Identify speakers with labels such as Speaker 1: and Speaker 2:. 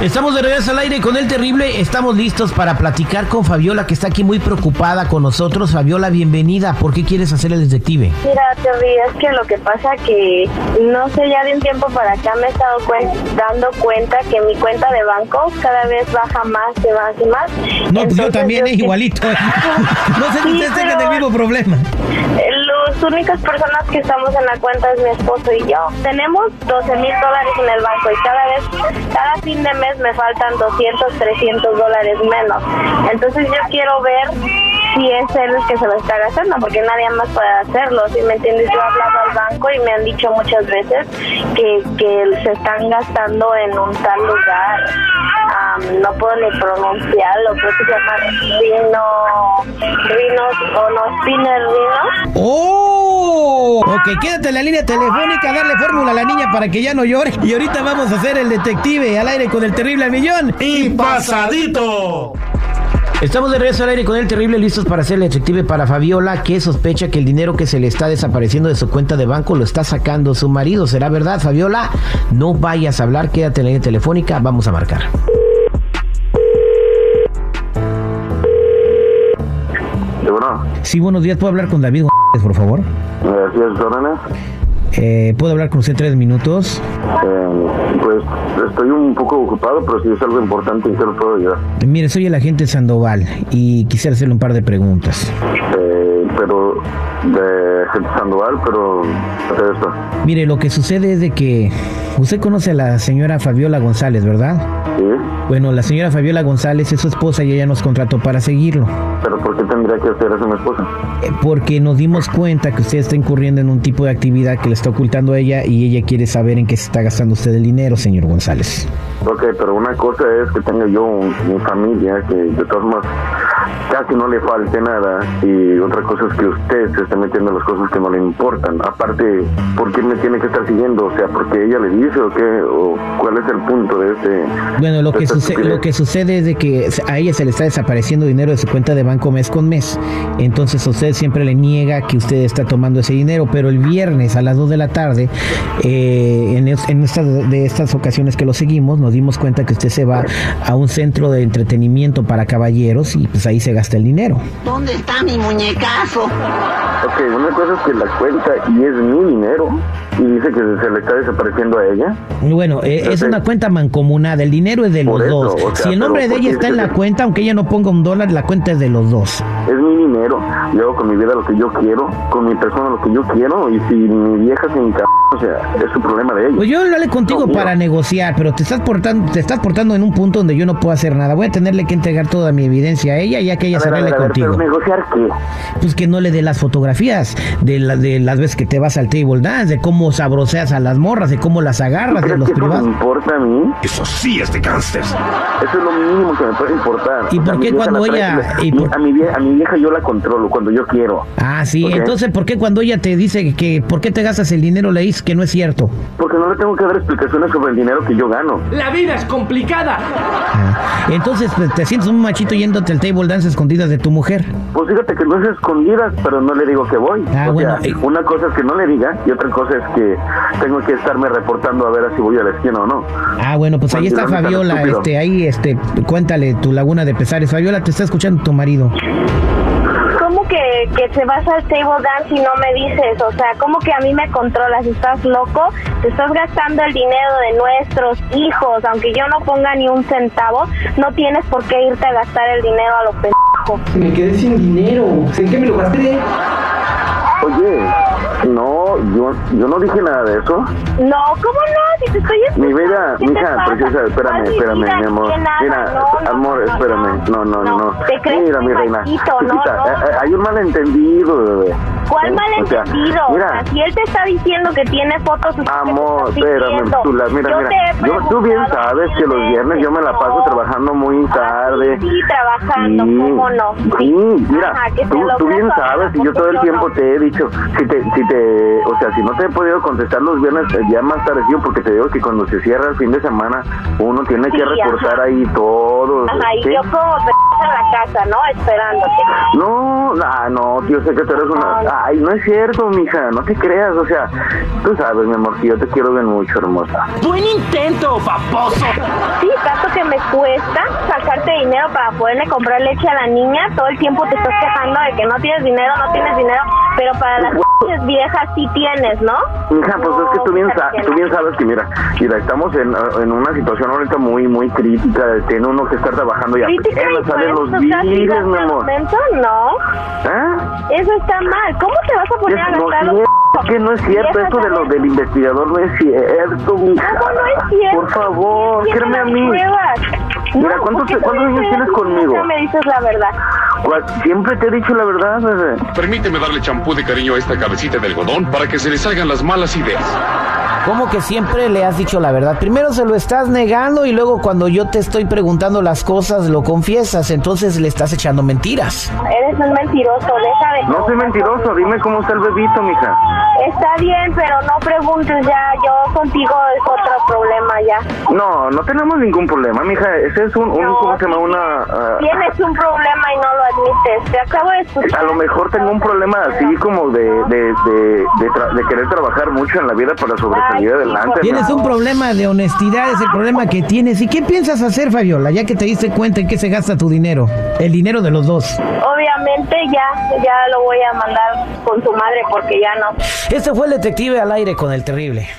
Speaker 1: Estamos de regreso al aire con el terrible. Estamos listos para platicar con Fabiola, que está aquí muy preocupada con nosotros. Fabiola, bienvenida. ¿Por qué quieres hacer el detective?
Speaker 2: Mira, Terry, es que lo que pasa que no sé, ya de un tiempo para acá me he estado cuen- dando cuenta que mi cuenta de banco cada vez baja más y más y más.
Speaker 1: No, pues yo
Speaker 2: Entonces,
Speaker 1: también es
Speaker 2: que-
Speaker 1: igualito. eh. No sé si
Speaker 2: Sí,
Speaker 1: ustedes tengan el
Speaker 2: pero-
Speaker 1: mismo problema.
Speaker 2: Eh, Los únicas personas que estamos en la cuenta es mi esposo y yo. Tenemos 12 mil dólares en el banco y cada vez, cada fin de mes me faltan 200, 300 dólares menos. Entonces yo quiero ver si es él el que se lo está gastando, porque nadie más puede hacerlo. Si me entiendes, yo he hablado al banco y me han dicho muchas veces que, que se están gastando en un tal lugar. Am, no puedo ni pronunciarlo, creo que se llama Rino, Rinos o no, Spinner Rinos.
Speaker 1: ¡Oh! Ok, quédate en la línea telefónica, darle fórmula a la niña para que ya no llore. Y ahorita vamos a hacer el detective al aire con el terrible al millón.
Speaker 3: Y pasadito.
Speaker 1: Estamos de regreso al aire con el terrible, listos para hacer el detective para Fabiola, que sospecha que el dinero que se le está desapareciendo de su cuenta de banco lo está sacando su marido. ¿Será verdad, Fabiola? No vayas a hablar, quédate en la línea telefónica, vamos a marcar.
Speaker 4: Sí, bueno,
Speaker 1: Sí, buenos días, ¿puedo hablar con David, González, por favor?
Speaker 4: eh, sí, sus órdenes.
Speaker 1: Eh, ¿Puedo hablar con usted tres minutos?
Speaker 4: Eh, pues estoy un poco ocupado, pero si es algo importante, ¿en qué lo puedo ayudar?
Speaker 1: Mire, soy el agente Sandoval y quisiera hacerle un par de preguntas.
Speaker 4: Eh, pero, de gente Sandoval, pero, de esto.
Speaker 1: Mire, lo que sucede es de que usted conoce a la señora Fabiola González, ¿verdad?
Speaker 4: ¿Sí?
Speaker 1: Bueno, la señora Fabiola González es su esposa y ella nos contrató para seguirlo.
Speaker 4: ¿Pero por qué tendría que hacer eso mi esposa?
Speaker 1: Eh, Porque nos dimos cuenta que usted está incurriendo en un tipo de actividad que le está ocultando a ella y ella quiere saber en qué se está gastando usted el dinero, señor González.
Speaker 4: Ok, pero una cosa es que tenga yo un- mi familia, que de todas formas casi no le falte nada, y otra cosa es que usted se esté metiendo en las cosas que no le importan. Aparte, ¿por qué me tiene que estar siguiendo? O sea, ¿porque ella le dice o qué? ¿O cuál es el punto de este...?
Speaker 1: Bueno, lo
Speaker 4: de
Speaker 1: que,
Speaker 4: esta
Speaker 1: suce-
Speaker 4: estupidez?
Speaker 1: lo que sucede es de que se- a ella se le está desapareciendo dinero de su cuenta de banco mes con mes. Entonces a usted siempre le niega que usted está tomando ese dinero, pero el viernes a las 2 de la tarde, eh, en, es- en estas- de estas ocasiones que lo seguimos, nos dimos cuenta que usted se va a un centro de entretenimiento para caballeros y pues ahí se gasta el dinero.
Speaker 5: ¿Dónde está mi muñecazo?
Speaker 4: Ok, una cosa es que la cuenta y es mi dinero, y dice que se le está desapareciendo a ella.
Speaker 1: Bueno, eh, es
Speaker 4: Entonces-
Speaker 1: una cuenta mancomunada, el dinero es de los
Speaker 4: Por eso,
Speaker 1: dos.
Speaker 4: o sea,
Speaker 1: si el nombre
Speaker 4: pero
Speaker 1: de
Speaker 4: ¿por
Speaker 1: ella
Speaker 4: qué
Speaker 1: está
Speaker 4: es
Speaker 1: en
Speaker 4: que
Speaker 1: la
Speaker 4: se-
Speaker 1: cuenta, aunque ella no ponga un dólar, la cuenta es de los dos.
Speaker 4: Es mi dinero, yo hago con mi vida lo que yo quiero, con mi persona lo que yo quiero, y si mi vieja se encarga, o sea, es su problema de ella.
Speaker 1: Pues yo hablé contigo
Speaker 4: No, mira.
Speaker 1: para negociar, pero te estás portando, te estás portando en un punto donde yo no puedo hacer nada. Voy a tenerle que entregar toda mi evidencia a ella ya que ella
Speaker 4: A
Speaker 1: se
Speaker 4: ver, a
Speaker 1: arregle
Speaker 4: ver, a ver,
Speaker 1: contigo.
Speaker 4: pero negociar qué?
Speaker 1: Pues que no le dé las fotografías de, la- de las veces que te vas al table dance, de cómo sabroseas a las morras, de cómo las agarras, de
Speaker 4: ¿Crees
Speaker 1: los
Speaker 4: que eso me
Speaker 1: privados.
Speaker 4: importa a mí?
Speaker 3: Eso sí es de gángsters.
Speaker 4: Eso es lo mínimo que me puede importar.
Speaker 1: ¿Y
Speaker 4: O sea,
Speaker 1: por
Speaker 4: mi
Speaker 1: qué
Speaker 4: vieja
Speaker 1: cuando
Speaker 4: la trae-
Speaker 1: ella-
Speaker 4: mi-
Speaker 1: y por-
Speaker 4: A, mi vieja, a mi vieja yo la controlo cuando yo quiero.
Speaker 1: Ah, sí.
Speaker 4: Ok.
Speaker 1: Entonces, ¿por qué cuando ella te dice que por qué te gastas el dinero le dices que no es cierto?
Speaker 4: Porque no le tengo que dar explicaciones sobre el dinero que yo gano.
Speaker 6: La vida es complicada.
Speaker 1: Ah, Entonces, pues, te sientes un machito yéndote al table dance a escondidas de tu mujer.
Speaker 4: Pues fíjate que no es escondidas, pero no le digo que voy.
Speaker 1: Ah,
Speaker 4: o
Speaker 1: bueno,
Speaker 4: sea,
Speaker 1: eh.
Speaker 4: una cosa es que no le diga y otra cosa es que tengo que estarme reportando a ver si voy a la esquina o no.
Speaker 1: Ah, bueno, pues ahí está
Speaker 4: Maldita
Speaker 1: Fabiola,
Speaker 4: estúpido.
Speaker 1: este, ahí, este, cuéntale tu laguna de pesares. Fabiola, te está escuchando tu marido.
Speaker 2: ¿Cómo que, que te vas al table dance y no me dices? O sea, ¿cómo que a mí me controlas? ¿Estás loco? Te estás gastando el dinero de nuestros hijos. Aunque yo no ponga ni un centavo, no tienes por qué irte a gastar el dinero a lo pendejo.
Speaker 6: Me quedé sin dinero. ¿En qué me lo gasté?
Speaker 4: Oye, no, yo, yo no dije nada de eso.
Speaker 2: No, ¿cómo no? Si te estoy escuchando.
Speaker 4: Mi vida,
Speaker 2: ¿qué te
Speaker 4: mija,
Speaker 2: pasa?
Speaker 4: preciosa, espérame,
Speaker 2: No es mi
Speaker 4: espérame,
Speaker 2: vida,
Speaker 4: mi amor.
Speaker 2: ni de nada,
Speaker 4: Mira,
Speaker 2: no, no,
Speaker 4: amor,
Speaker 2: no, no,
Speaker 4: espérame. No, no, no, no.
Speaker 2: ¿Te crees
Speaker 4: Mira,
Speaker 2: muy
Speaker 4: mi reina.
Speaker 2: bajito? No,
Speaker 4: chiquita,
Speaker 2: no,
Speaker 4: eh, eh,
Speaker 2: no.
Speaker 4: hay un malentendido, bebé.
Speaker 2: ¿Cuál
Speaker 4: Eh, o sea,
Speaker 2: malentendido? O sea,
Speaker 4: mira,
Speaker 2: si él te está diciendo que tiene fotos, ¿qué te
Speaker 4: Amor,
Speaker 2: estás
Speaker 4: espérame,
Speaker 2: diciendo?
Speaker 4: tú la- mira,
Speaker 2: Yo te he
Speaker 4: mira. Yo- tú bien
Speaker 2: preguntado
Speaker 4: sabes que los
Speaker 2: mil
Speaker 4: viernes yo me la paso
Speaker 2: veces, no.
Speaker 4: trabajando muy
Speaker 2: Ah,
Speaker 4: tarde.
Speaker 2: sí, sí, trabajando,
Speaker 4: Sí,
Speaker 2: ¿cómo no?
Speaker 4: Sí, mira,
Speaker 2: Ajá, que te
Speaker 4: tú,
Speaker 2: lo
Speaker 4: tú bien
Speaker 2: creo,
Speaker 4: sabes y
Speaker 2: porque
Speaker 4: yo todo el
Speaker 2: yo
Speaker 4: tiempo
Speaker 2: no.
Speaker 4: te he dicho, si te, si te, o sea, si no te he podido contestar los viernes, eh, ya más tardecillo, porque te digo que cuando se cierra el fin de semana, uno tiene que
Speaker 2: Sí,
Speaker 4: reportar
Speaker 2: ajá.
Speaker 4: ahí todo.
Speaker 2: Ajá, y
Speaker 4: ¿sí?
Speaker 2: yo como pendeja en la casa, ¿no? Esperándote.
Speaker 4: No, nah, no, tío, sé que tú eres una... Ay, no es cierto, mija, no te creas, o sea, tú sabes, mi amor, que yo te quiero bien mucho, hermosa.
Speaker 6: ¡Buen intento, paposo!
Speaker 2: Sí, tanto que me cuesta sacarte dinero para poderle comprar leche a la niña. Todo el tiempo te estás quejando de que no tienes dinero, no tienes dinero, pero para las pinches viejas sí tienes, ¿no?
Speaker 4: Mija, pues es que tú bien, sa- tú bien sabes que, mira, mira, estamos en, ah, en una situación ahorita muy, muy crítica, tiene uno que estar trabajando y
Speaker 2: ¿Crítica y
Speaker 4: apenas salen los
Speaker 2: cuesta, ¿sí,
Speaker 4: virus, mi
Speaker 2: hasta el
Speaker 4: amor.
Speaker 2: este momento? No,
Speaker 4: ¿Ah?
Speaker 2: eso está mal. ¿Cómo te vas a poner a
Speaker 4: Es- no,
Speaker 2: gastar
Speaker 4: es
Speaker 2: los
Speaker 4: cierto, que no es cierto,
Speaker 2: viejas
Speaker 4: esto de lo,
Speaker 2: saben-
Speaker 4: del investigador no es cierto, mija.
Speaker 2: ¿Cómo no es cierto?
Speaker 4: Por favor,
Speaker 2: ¿Quién tiene
Speaker 4: créeme a
Speaker 2: las
Speaker 4: mí.
Speaker 2: pruebas?
Speaker 4: Mira, ¿cuántos-
Speaker 2: ¿por qué
Speaker 4: cuántos
Speaker 2: todavía
Speaker 4: años tienes
Speaker 2: estoy aquí?
Speaker 4: conmigo?
Speaker 2: Nunca me dices la verdad.
Speaker 4: Gua- Siempre te he dicho la verdad, bebé.
Speaker 7: Permíteme darle champú de cariño a esta cabecita de algodón para que se le salgan las malas ideas.
Speaker 1: ¿Cómo que siempre le has dicho la verdad? Primero se lo estás negando y luego cuando yo te estoy preguntando las cosas lo confiesas, entonces le estás echando mentiras.
Speaker 2: Eres un mentiroso, deja de...
Speaker 4: No soy mentiroso, dime cómo está el bebito, mija.
Speaker 2: Está bien, pero no preguntes ya. Yo contigo es otro problema ya.
Speaker 4: Ah. No, no tenemos ningún problema, mija. Ese es un, un
Speaker 2: No,
Speaker 4: ¿cómo se llama?
Speaker 2: sí,
Speaker 4: Una... ah,
Speaker 2: Tienes un problema y no lo admites. Te acabo de escuchar.
Speaker 4: a lo mejor tengo un problema así como de, de, de, de, tra- de querer trabajar mucho en la vida para sobresalir
Speaker 2: Ay, sí,
Speaker 4: adelante.
Speaker 2: por-
Speaker 1: Tienes un problema de honestidad, es el problema que tienes. ¿Y qué piensas hacer, Fabiola, ya que te diste cuenta en qué se gasta tu dinero? El dinero de los dos.
Speaker 2: Obviamente ya, ya lo voy a mandar con su madre porque ya no.
Speaker 1: Este fue el detective al aire con el terrible.